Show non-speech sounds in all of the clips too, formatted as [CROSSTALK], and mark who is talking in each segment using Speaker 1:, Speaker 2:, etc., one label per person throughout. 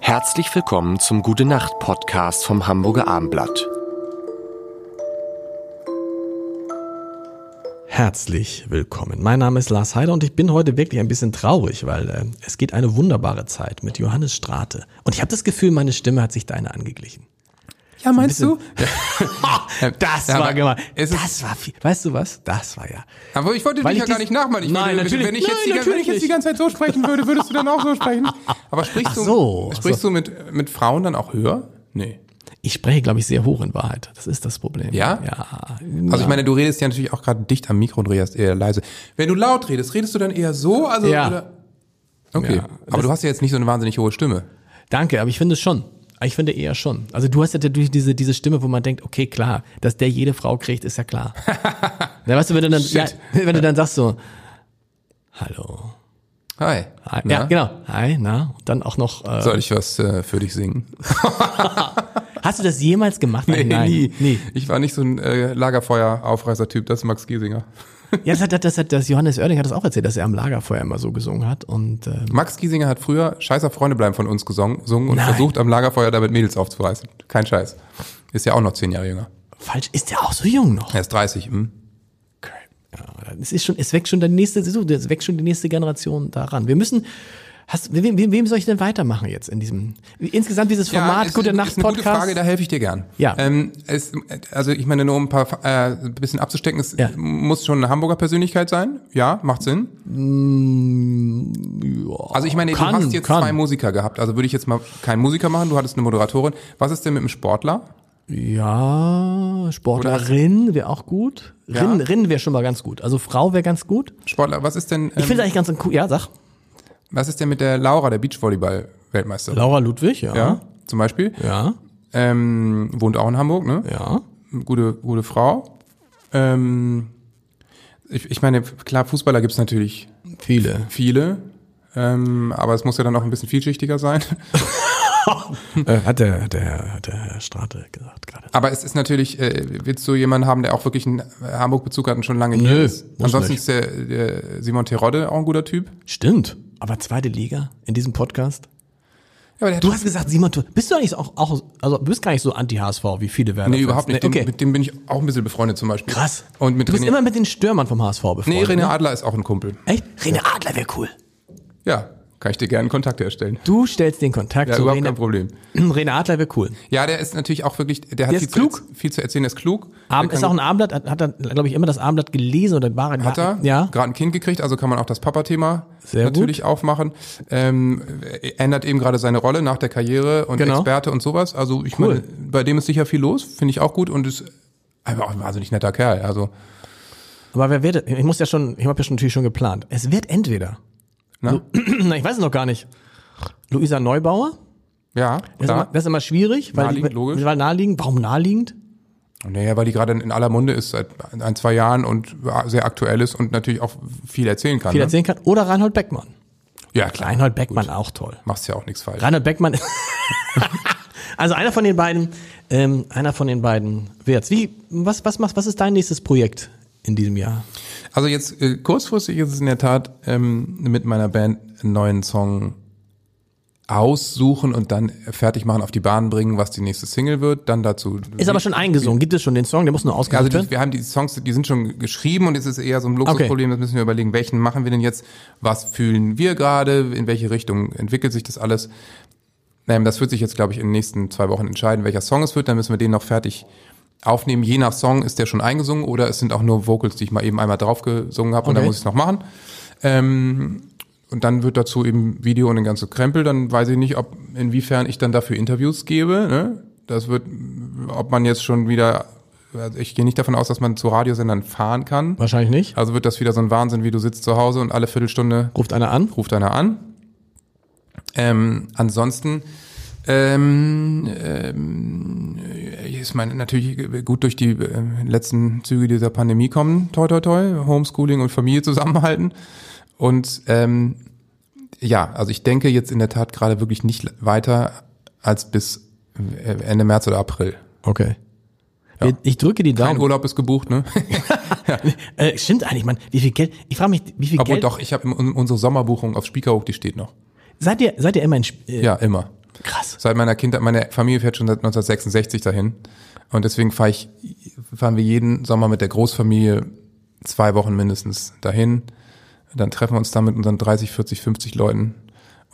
Speaker 1: Herzlich willkommen zum Gute Nacht Podcast vom Hamburger Armblatt.
Speaker 2: Herzlich willkommen. Mein Name ist Lars Heider und ich bin heute wirklich ein bisschen traurig, weil äh, es geht eine wunderbare Zeit mit Johannes Strate. Und ich habe das Gefühl, meine Stimme hat sich deine angeglichen. Äh,
Speaker 3: Ja, meinst du?
Speaker 2: das
Speaker 3: Ja,
Speaker 2: war
Speaker 3: aber
Speaker 2: gemein.
Speaker 3: es ist-
Speaker 2: Das war viel. Weißt du was? Das war ja.
Speaker 3: Aber ich wollte
Speaker 2: Weil
Speaker 3: dich ja
Speaker 2: ich
Speaker 3: gar
Speaker 2: dies-
Speaker 3: nicht nachmachen. Ich
Speaker 2: Nein,
Speaker 3: wollte,
Speaker 2: natürlich-
Speaker 3: Wenn ich jetzt
Speaker 2: Nein,
Speaker 3: die, wenn
Speaker 2: natürlich
Speaker 3: ich jetzt die
Speaker 2: nicht.
Speaker 3: ganze Zeit so sprechen würde, würdest du dann auch
Speaker 2: [LAUGHS]
Speaker 3: so sprechen. Aber sprichst du,
Speaker 2: so,
Speaker 3: sprichst du mit, mit Frauen dann auch höher? Nee.
Speaker 2: Ich spreche, glaube ich, sehr hoch in Wahrheit. Das ist das Problem.
Speaker 3: Ja?
Speaker 2: Ja.
Speaker 3: Also ich meine, du redest ja natürlich auch gerade dicht am Mikro und redest eher leise. Wenn du laut redest, redest du dann eher so? Also,
Speaker 2: Ja.
Speaker 3: Oder? Okay.
Speaker 2: Ja.
Speaker 3: Aber du hast ja jetzt nicht so eine wahnsinnig hohe Stimme.
Speaker 2: Danke, aber ich finde schon. Ich finde eher schon. Also du hast ja natürlich diese, diese Stimme, wo man denkt, okay, klar, dass der jede Frau kriegt, ist ja
Speaker 3: [LAUGHS]
Speaker 2: klar. Na, weißt du, wenn du dann, ja,
Speaker 3: Shit.
Speaker 2: wenn du dann sagst so, hallo.
Speaker 3: Hi.
Speaker 2: Hi,
Speaker 3: Na?
Speaker 2: ja, genau. Hi, na, und dann auch noch. Äh,
Speaker 3: Soll ich was äh, für dich singen?
Speaker 2: Hast du das jemals gemacht?
Speaker 3: [LAUGHS] Nee,
Speaker 2: Nein,
Speaker 3: nie.
Speaker 2: nie.
Speaker 3: Ich war nicht so ein äh, Lagerfeuer-Aufreißer-Typ, das ist Max Giesinger.
Speaker 2: Ja, das hat, das hat das Johannes Oerding hat das auch erzählt, dass er am Lagerfeuer immer so gesungen hat und ähm,
Speaker 3: Max Giesinger hat früher Scheißer Freunde bleiben von uns gesungen gesungen und
Speaker 2: Nein.
Speaker 3: versucht am Lagerfeuer damit Mädels aufzureißen. Kein Scheiß. Ist ja auch noch zehn Jahre jünger.
Speaker 2: falsch ist der auch so jung noch.
Speaker 3: Er ist 30. Hm?
Speaker 2: Crap. Ja, es ist schon, es wächst schon der nächste, es wächst schon die nächste Generation daran. Wir müssen, hast, wem, wem, wem soll ich denn weitermachen jetzt in diesem, wie- insgesamt dieses Format,
Speaker 3: ist-
Speaker 2: gute Nacht
Speaker 3: ist eine gute Frage,
Speaker 2: Podcast?
Speaker 3: da helfe ich dir gern.
Speaker 2: Ja.
Speaker 3: Ähm, es, also ich meine, nur um ein paar äh, ein bisschen abzustecken, es
Speaker 2: Ja.
Speaker 3: muss schon eine Hamburger Persönlichkeit sein. Ja, macht Sinn. also ich meine,
Speaker 2: Mm, kann,
Speaker 3: du hast jetzt
Speaker 2: kann.
Speaker 3: zwei Musiker gehabt, also würde ich jetzt mal keinen Musiker machen, du hattest eine Moderatorin. Was ist denn mit dem Sportler?
Speaker 2: Ja, Sportlerin wäre auch gut. Rin, Rin wäre schon mal ganz gut. Also Frau wäre ganz gut.
Speaker 3: Sportler, was ist denn,
Speaker 2: Ich
Speaker 3: ähm,
Speaker 2: finde eigentlich ganz cool. Ja, sag.
Speaker 3: was ist denn mit der Laura, der Beachvolleyball-Weltmeisterin?
Speaker 2: Laura Ludwig, ja.
Speaker 3: ja, zum Beispiel.
Speaker 2: Ja.
Speaker 3: Ähm, wohnt auch in Hamburg, ne?
Speaker 2: Ja.
Speaker 3: Gute, gute Frau. Ähm, ich, ich meine, klar, Fußballer gibt's natürlich
Speaker 2: Viele.
Speaker 3: viele, ähm, aber es muss ja dann auch ein bisschen vielschichtiger sein. [LAUGHS]
Speaker 2: Äh, hat der, der, hat der Herr Strate gesagt gerade.
Speaker 3: Aber es ist natürlich, äh, willst du jemanden haben, der auch wirklich einen Hamburg-Bezug hat und schon lange
Speaker 2: Nö,
Speaker 3: hier ist?
Speaker 2: muss
Speaker 3: Ansonsten
Speaker 2: nicht.
Speaker 3: ist der, der Simon Terodde auch ein guter Typ. Ja,
Speaker 2: Stimmt. Aber zweite Liga in diesem Podcast?
Speaker 3: aber der hat-
Speaker 2: Du hast gesagt, Simon, Tur- bist du eigentlich auch, auch also du bist gar nicht so anti-HSV wie viele werden.
Speaker 3: nee, überhaupt nicht. Dem,
Speaker 2: Okay.
Speaker 3: Mit dem bin ich auch ein bisschen befreundet zum Beispiel.
Speaker 2: Krass.
Speaker 3: Und mit
Speaker 2: du bist
Speaker 3: René,
Speaker 2: immer mit den Stürmern vom HSV befreundet.
Speaker 3: nee, René
Speaker 2: ne?
Speaker 3: Adler ist auch ein Kumpel.
Speaker 2: Echt? Rene Adler wäre cool.
Speaker 3: Ja, kann ich dir gerne Kontakt herstellen.
Speaker 2: Du stellst den Kontakt
Speaker 3: Ja,
Speaker 2: zu
Speaker 3: überhaupt
Speaker 2: Rene.
Speaker 3: kein Problem.
Speaker 2: Rene Adler wäre cool.
Speaker 3: Ja, der ist natürlich auch wirklich, der hat
Speaker 2: Der
Speaker 3: viel,
Speaker 2: ist
Speaker 3: Zu,
Speaker 2: klug. Ah,
Speaker 3: erz- viel zu erzählen, der ist klug.
Speaker 2: Abend
Speaker 3: Der
Speaker 2: ist
Speaker 3: kann-
Speaker 2: auch ein Abendblatt, hat, hat er, glaube ich, immer das Abendblatt gelesen oder war
Speaker 3: hat er
Speaker 2: Ja.
Speaker 3: gerade ein Kind gekriegt, also kann man auch das Papa-Thema
Speaker 2: Sehr gut.
Speaker 3: natürlich aufmachen. Ähm, äh, ändert eben gerade seine Rolle nach der Karriere und
Speaker 2: Genau.
Speaker 3: Experte und sowas. Also ich
Speaker 2: Cool.
Speaker 3: meine, bei dem ist sicher viel los, finde ich auch gut und ist einfach auch ein wahnsinnig netter Kerl. Also
Speaker 2: Aber wer wird, ich muss ja schon, ich habe ja schon natürlich schon geplant. Es wird entweder, [CLEARS THROAT]
Speaker 3: Na?
Speaker 2: Na, ich weiß es noch gar nicht, Luisa Neubauer.
Speaker 3: ja,
Speaker 2: Das, ist
Speaker 3: klar.
Speaker 2: immer, das ist immer schwierig, weil,
Speaker 3: Naheliegend,
Speaker 2: die,
Speaker 3: logisch.
Speaker 2: weil naheliegend, warum naheliegend?
Speaker 3: Naja, weil die gerade in aller Munde ist seit ein, zwei Jahren und sehr aktuell ist und natürlich auch viel erzählen kann.
Speaker 2: Viel
Speaker 3: ne?
Speaker 2: erzählen kann. Oder Reinhold Beckmann.
Speaker 3: Ja, klar.
Speaker 2: Reinhold Beckmann auch toll.
Speaker 3: Machst ja auch nichts falsch.
Speaker 2: Reinhold Beckmann. [LAUGHS] also einer von den beiden, ähm, einer von den beiden wird's. Wie, was, was machst, was ist dein nächstes Projekt in diesem Jahr?
Speaker 3: Also jetzt äh, kurzfristig ist es in der Tat ähm, mit meiner Band einen neuen Song aussuchen und dann fertig machen, auf die Bahn bringen, was die nächste Single wird, dann dazu.
Speaker 2: Ist aber schon eingesungen. Gibt es schon den Song? Der muss nur
Speaker 3: also
Speaker 2: ausgesucht
Speaker 3: die,
Speaker 2: werden.
Speaker 3: wir haben die Songs, die sind schon geschrieben und es ist eher so ein Luxusproblem, das müssen wir überlegen, welchen machen wir denn jetzt, was fühlen wir gerade, in welche Richtung entwickelt sich das alles. Ähm, das wird sich jetzt, glaube ich, in den nächsten zwei Wochen entscheiden, welcher Song es wird, dann müssen wir den noch fertig aufnehmen. Je nach Song ist der schon eingesungen oder es sind auch nur Vocals, die ich mal eben einmal draufgesungen habe und dann
Speaker 2: Okay.
Speaker 3: muss ich es noch machen. Ähm, und dann wird dazu eben Video und den ganzen Krempel. Dann weiß ich nicht, ob inwiefern ich dann dafür Interviews gebe. Ne? Das wird, ob man jetzt schon wieder, also ich gehe nicht davon aus, dass man zu Radiosendern fahren kann.
Speaker 2: Wahrscheinlich nicht.
Speaker 3: Also wird das wieder so ein Wahnsinn, wie du sitzt zu Hause und alle Viertelstunde
Speaker 2: Ruft einer an.
Speaker 3: ruft einer an. Ähm, ansonsten ähm, ähm, ist man natürlich gut durch die äh, letzten Züge dieser Pandemie kommen, toi toi toi, Homeschooling und Familie zusammenhalten. Und ähm, ja, also ich denke jetzt in der Tat gerade wirklich nicht weiter als bis äh, Ende März oder April.
Speaker 2: Okay. Wir- Ich drücke die
Speaker 3: Mein
Speaker 2: Daumen.
Speaker 3: Urlaub ist gebucht, ne?
Speaker 2: Äh, stimmt eigentlich, Mann. Wie viel Geld? Ich frage mich, wie viel
Speaker 3: Obwohl
Speaker 2: Geld?
Speaker 3: doch, ich habe unsere Sommerbuchung auf Spieker hoch, die steht noch.
Speaker 2: Seid ihr, seid ihr immer in, Sp- äh,
Speaker 3: Ja, immer.
Speaker 2: Krass.
Speaker 3: Seit meiner Kindheit, meine Familie fährt schon seit 1966 dahin. Und deswegen fahre ich, fahren wir jeden Sommer mit der Großfamilie zwei Wochen mindestens dahin. Dann treffen wir uns da mit unseren 30, 40, 50 Leuten.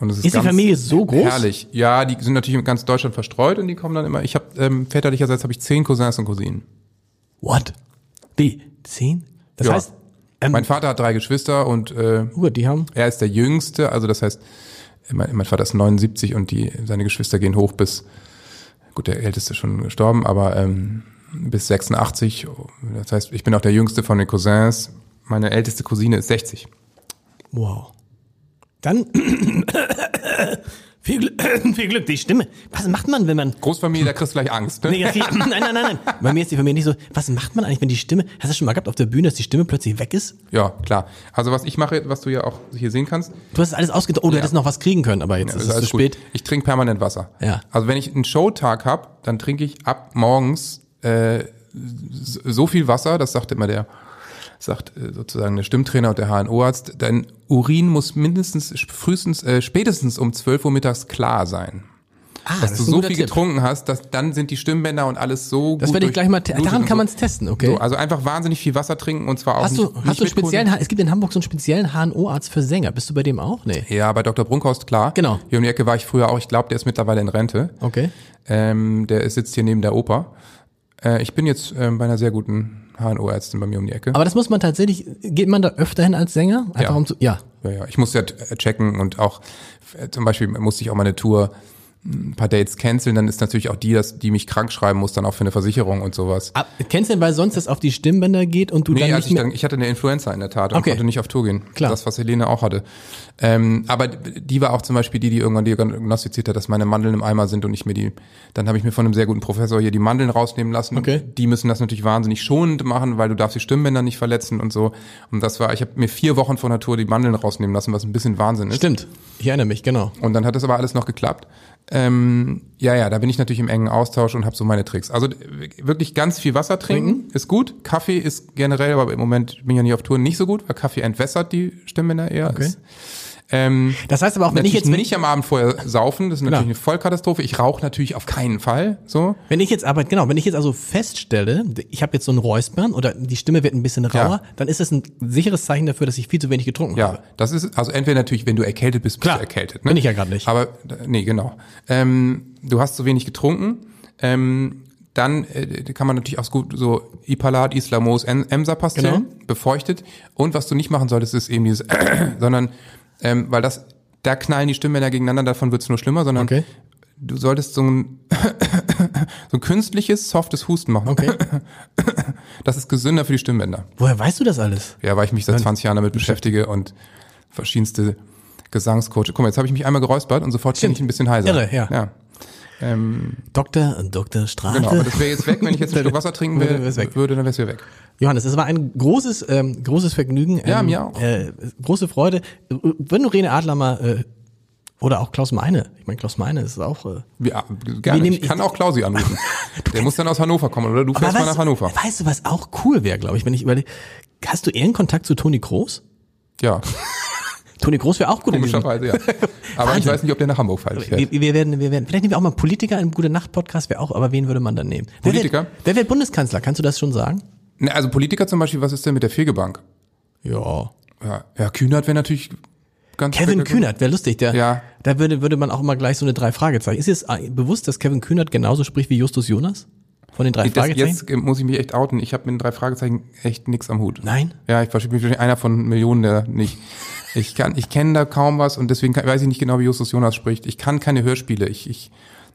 Speaker 3: Und es ist,
Speaker 2: Ist die
Speaker 3: ganz
Speaker 2: Familie so groß?
Speaker 3: Herrlich. Ja, die sind natürlich in ganz Deutschland verstreut und die kommen dann immer. Ich habe ähm, väterlicherseits habe ich zehn Cousins und Cousinen.
Speaker 2: What? Wie? Zehn? Das
Speaker 3: Ja.
Speaker 2: heißt, ähm,
Speaker 3: Mein Vater hat drei Geschwister und äh,
Speaker 2: gut, die haben.
Speaker 3: er ist der Jüngste. Also das heißt, mein, mein Vater ist 79 und die seine Geschwister gehen hoch bis gut, der Älteste ist schon gestorben, aber ähm, bis 86. Das heißt, ich bin auch der Jüngste von den Cousins. Meine älteste Cousine ist 60.
Speaker 2: Wow. Dann. [COUGHS] viel, Glück, [COUGHS] viel Glück, die Stimme. Was macht man, wenn man. [COUGHS]
Speaker 3: Großfamilie, da kriegst du gleich Angst. Ne?
Speaker 2: Nee, dass die, [COUGHS] nein, nein, nein, nein. Bei mir ist die Familie nicht so. Was macht man eigentlich, wenn die Stimme. Hast du das schon mal gehabt auf der Bühne, dass die Stimme plötzlich weg ist?
Speaker 3: Ja, klar. Also was ich mache, was du ja auch hier sehen kannst,
Speaker 2: Du hast das alles ausgedacht. Oh, du
Speaker 3: Ja.
Speaker 2: hättest noch was kriegen können, aber jetzt
Speaker 3: Ja,
Speaker 2: ist es
Speaker 3: ist
Speaker 2: zu
Speaker 3: alles gut.
Speaker 2: spät.
Speaker 3: Ich trinke permanent Wasser.
Speaker 2: Ja.
Speaker 3: Also wenn ich einen Showtag habe, dann trinke ich ab morgens äh, so so viel Wasser, das sagt immer der, sagt äh, sozusagen der Stimmtrainer und der HNO-Arzt, dein Urin muss mindestens sp- frühestens, äh, spätestens um 12 Uhr mittags klar sein.
Speaker 2: Ah,
Speaker 3: Dass du so viel getrunken hast, dass dann sind die Stimmbänder und alles so
Speaker 2: Das
Speaker 3: gut
Speaker 2: werde ich gleich mal. te-
Speaker 3: durchblutet
Speaker 2: Daran
Speaker 3: und
Speaker 2: kann
Speaker 3: so.
Speaker 2: man es testen, okay?
Speaker 3: So, also einfach wahnsinnig viel Wasser trinken und zwar auch
Speaker 2: hast
Speaker 3: nicht,
Speaker 2: du,
Speaker 3: nicht
Speaker 2: hast du einen
Speaker 3: mit
Speaker 2: speziellen. Es gibt in Hamburg so einen speziellen HNO-Arzt für Sänger. Bist du bei dem auch? Nee.
Speaker 3: Ja, bei Dr. Brunkhorst, klar.
Speaker 2: Genau. Oh.
Speaker 3: Hier um die Ecke war ich früher auch. Ich glaube, der ist mittlerweile in Rente.
Speaker 2: Okay.
Speaker 3: Ähm, der ist- sitzt hier neben der Oper. Äh, ich bin jetzt ähm, bei einer sehr guten HNO-Ärztin bei mir um die Ecke.
Speaker 2: Aber das muss man tatsächlich. Geht man da öfter hin als Sänger? Einfach
Speaker 3: Ja.
Speaker 2: um zu. Ja.
Speaker 3: ja, ja. Ich muss ja t- checken und auch äh, zum Beispiel musste ich auch mal eine Tour hm, ein paar Dates canceln, dann ist natürlich auch die, dass die mich krank schreiben muss, dann auch für eine Versicherung und sowas.
Speaker 2: Ab, kennst du denn, weil sonst das auf die Stimmbänder geht und du
Speaker 3: Nee,
Speaker 2: dann
Speaker 3: als
Speaker 2: nicht
Speaker 3: ich,
Speaker 2: mehr.
Speaker 3: dann, ich hatte eine Influenza in der Tat und
Speaker 2: Okay.
Speaker 3: konnte nicht auf Tour gehen.
Speaker 2: Klar.
Speaker 3: Das, was Helene auch hatte. Ähm, aber die war auch zum Beispiel die, die irgendwann diagnostiziert hat, dass meine Mandeln im Eimer sind und ich mir die, dann habe ich mir von einem sehr guten Professor hier die Mandeln rausnehmen lassen.
Speaker 2: Okay.
Speaker 3: Die müssen das natürlich wahnsinnig schonend machen, weil du darfst die Stimmbänder nicht verletzen und so. Und das war, ich habe mir vier Wochen von der Tour die Mandeln rausnehmen lassen, was ein bisschen Wahnsinn ist.
Speaker 2: Stimmt. Ich erinnere mich, genau.
Speaker 3: Und dann hat das aber alles noch geklappt. Ähm, ja, ja, da bin ich natürlich im engen Austausch und habe so meine Tricks. Also d- wirklich ganz viel Wasser trinken, ist gut. Kaffee ist generell, aber im Moment ich bin ja nicht auf Tour, nicht so gut, weil Kaffee entwässert die Stimmbänder eher. Okay. Ist, ähm,
Speaker 2: Das heißt aber auch, wenn ich
Speaker 3: natürlich
Speaker 2: jetzt, wenn,
Speaker 3: nicht am Abend vorher saufen, das ist natürlich
Speaker 2: Klar.
Speaker 3: eine Vollkatastrophe. Ich rauche natürlich auf keinen Fall. So.
Speaker 2: wenn ich jetzt aber, genau, wenn ich jetzt also feststelle, ich habe jetzt so einen Räuspern oder die Stimme wird ein bisschen rauer, dann ist das ein sicheres Zeichen dafür, dass ich viel zu wenig getrunken
Speaker 3: Ja,
Speaker 2: habe.
Speaker 3: das ist, also entweder natürlich, wenn du erkältet bist, bist
Speaker 2: Klar,
Speaker 3: du erkältet. Ne?
Speaker 2: bin ich ja grad nicht.
Speaker 3: Aber, äh, nee, genau. Ähm, du hast zu wenig getrunken, ähm, dann äh, kann man natürlich auch gut so Ipalat, Islamos, Emsa-Pastillen,
Speaker 2: Genau.
Speaker 3: befeuchtet. Und was du nicht machen solltest, ist eben dieses, [CLEARS THROAT] sondern, ähm, weil das, da knallen die Stimmbänder gegeneinander, davon wird's nur schlimmer, sondern
Speaker 2: Okay.
Speaker 3: du solltest so ein, [CLEARS THROAT] so ein künstliches, softes Husten machen.
Speaker 2: Okay.
Speaker 3: [CLEARS THROAT] Das ist gesünder für die Stimmbänder.
Speaker 2: Woher weißt du das alles?
Speaker 3: Ja, weil ich mich seit 20 Jahren damit beschäftige und verschiedenste Gesangscoaches. Guck mal, jetzt habe ich mich einmal geräuspert und sofort bin
Speaker 2: Stimmt.
Speaker 3: ich ein bisschen heiser.
Speaker 2: Irre, ja.
Speaker 3: ja
Speaker 2: Dr. Dr. Strate.
Speaker 3: genau, aber das wäre jetzt weg, wenn
Speaker 2: [LAUGHS]
Speaker 3: ich jetzt ein Stück Wasser trinken
Speaker 2: Würde-
Speaker 3: will,
Speaker 2: wär's weg.
Speaker 3: würde, dann wär's wieder weg.
Speaker 2: Johannes, es war ein großes, ähm, großes Vergnügen. Ähm,
Speaker 3: Ja, mir auch.
Speaker 2: Äh, große Freude. Wenn du Rene Adler mal, äh, oder auch Klaus Meine, ich meine, Klaus Meine ist auch... Äh,
Speaker 3: Ja, ah, gerne.
Speaker 2: nehmen-
Speaker 3: Ich kann auch Klausi anrufen.
Speaker 2: [LAUGHS]
Speaker 3: Der muss dann aus Hannover kommen, oder? Du fährst mal
Speaker 2: weißt
Speaker 3: nach
Speaker 2: du-
Speaker 3: Hannover.
Speaker 2: Weißt du, was auch cool wäre, glaube ich, wenn ich überlege, hast du Ehrenkontakt zu Toni Kroos? [LAUGHS]
Speaker 3: Ja,
Speaker 2: Toni Kroos wäre auch gut gewesen.
Speaker 3: komischerweise, ja. Aber ich
Speaker 2: Wahnsinn.
Speaker 3: weiß nicht, ob der nach Hamburg fährt.
Speaker 2: Wir, wir werden, wir werden, vielleicht nehmen wir auch mal einen Politiker im Gute-Nacht-Podcast, wäre auch, aber wen würde man dann nehmen? Wer
Speaker 3: Politiker?
Speaker 2: Wird, wer wird Bundeskanzler? Kannst du das schon sagen?
Speaker 3: Ne, Also Politiker zum Beispiel, was ist denn mit der Fegebank?
Speaker 2: Ja.
Speaker 3: Ja, ja Kühnert wäre natürlich ganz
Speaker 2: Kevin Kühnert, wäre lustig. Der,
Speaker 3: Ja.
Speaker 2: Da würde, würde man auch immer gleich so eine drei Fragezeichen. Ist dir das äh, bewusst, dass Kevin Kühnert genauso spricht wie Justus Jonas? Von den drei
Speaker 3: Das,
Speaker 2: Fragezeichen?
Speaker 3: jetzt äh, muss ich mich echt outen. Ich habe mit den drei Fragezeichen echt nix am Hut.
Speaker 2: Nein?
Speaker 3: Ja, ich verstehe mich wahrscheinlich einer von Millionen, der nicht. Ich kann, ich kenne da kaum was und deswegen kann, weiß ich nicht genau, wie Justus Jonas spricht. Ich kann keine Hörspiele. Ich, ich,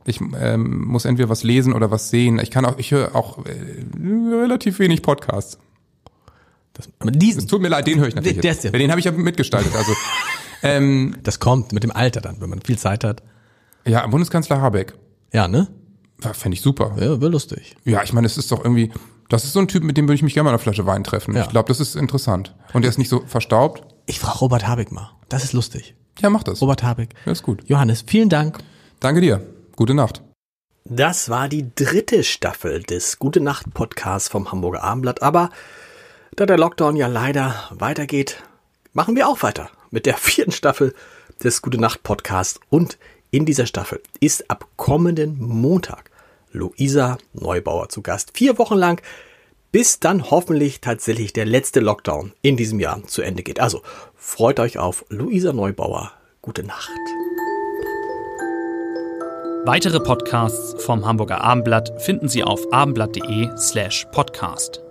Speaker 3: ich ähm, muss entweder was lesen oder was sehen. Ich kann auch, ich höre auch äh, relativ wenig Podcasts.
Speaker 2: Das, aber diesen,
Speaker 3: Tut mir leid, den höre ich natürlich.
Speaker 2: Der- der
Speaker 3: jetzt.
Speaker 2: ist der-
Speaker 3: den habe ich ja mitgestaltet. Also
Speaker 2: das kommt mit dem Alter dann, wenn man viel Zeit hat.
Speaker 3: ja, Bundeskanzler Habeck.
Speaker 2: Ja, ne?
Speaker 3: Fände ich super.
Speaker 2: Ja, wäre lustig.
Speaker 3: Ja, ich meine, es ist doch irgendwie. Das ist so ein Typ, mit dem würde ich mich gerne mal einer Flasche Wein treffen.
Speaker 2: Ja.
Speaker 3: Ich glaube, das ist interessant. Und der ist nicht so verstaubt.
Speaker 2: Ich frage Robert Habeck mal. Das ist lustig.
Speaker 3: Ja, mach das.
Speaker 2: Robert Habeck.
Speaker 3: Ja, ist gut.
Speaker 2: Johannes, vielen Dank.
Speaker 3: Danke dir. Gute Nacht.
Speaker 4: Das war die dritte Staffel des Gute Nacht Podcasts vom Hamburger Abendblatt. Aber da der Lockdown ja leider
Speaker 2: [LAUGHS]
Speaker 4: weitergeht, machen wir auch weiter mit der vierten Staffel des Gute Nacht Podcasts und
Speaker 2: in dieser Staffel ist ab kommenden Montag Luisa Neubauer zu Gast. Vier Wochen lang, bis dann hoffentlich tatsächlich der letzte Lockdown in diesem Jahr zu Ende geht. Also freut euch auf Luisa Neubauer. Gute Nacht.
Speaker 5: Weitere Podcasts vom Hamburger Abendblatt finden Sie auf abendblatt.de slash podcast.